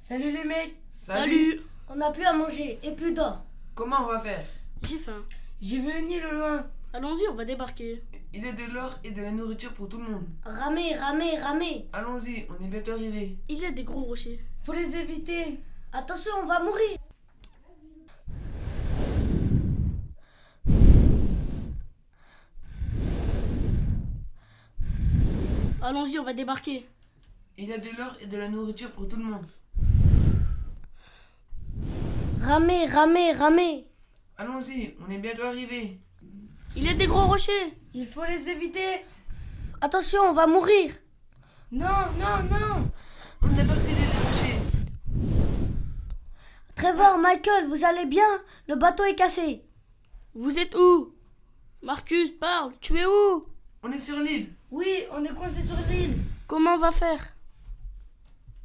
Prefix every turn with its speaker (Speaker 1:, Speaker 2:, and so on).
Speaker 1: Salut les mecs
Speaker 2: On n'a plus à manger et plus d'or.
Speaker 3: Comment on va faire
Speaker 4: J'ai faim.
Speaker 1: J'ai vu une île au loin
Speaker 4: Allons-y, on va débarquer.
Speaker 3: Il y a de l'or et de la nourriture pour tout le monde.
Speaker 2: Ramer, ramer, ramer.
Speaker 3: Allons-y, on est bientôt arrivés.
Speaker 4: Il y a des gros rochers.
Speaker 1: Faut les éviter
Speaker 2: Attention, on va mourir.
Speaker 4: Allons-y, on va débarquer.
Speaker 3: Il y a de l'or et de la nourriture pour tout le monde.
Speaker 2: Ramer, ramer, ramer.
Speaker 3: Allons-y, on est bientôt arrivés.
Speaker 4: Il y a des gros rochers.
Speaker 1: Il faut les éviter
Speaker 2: Attention, on va mourir.
Speaker 1: Non, non, non
Speaker 3: On a pas pris des rochers.
Speaker 2: Trevor, Michael, vous allez bien Le bateau est cassé.
Speaker 4: Vous êtes où Marcus, parle, tu es où
Speaker 3: On est sur l'île.
Speaker 1: Oui, on est coincé sur l'île
Speaker 4: Comment on va faire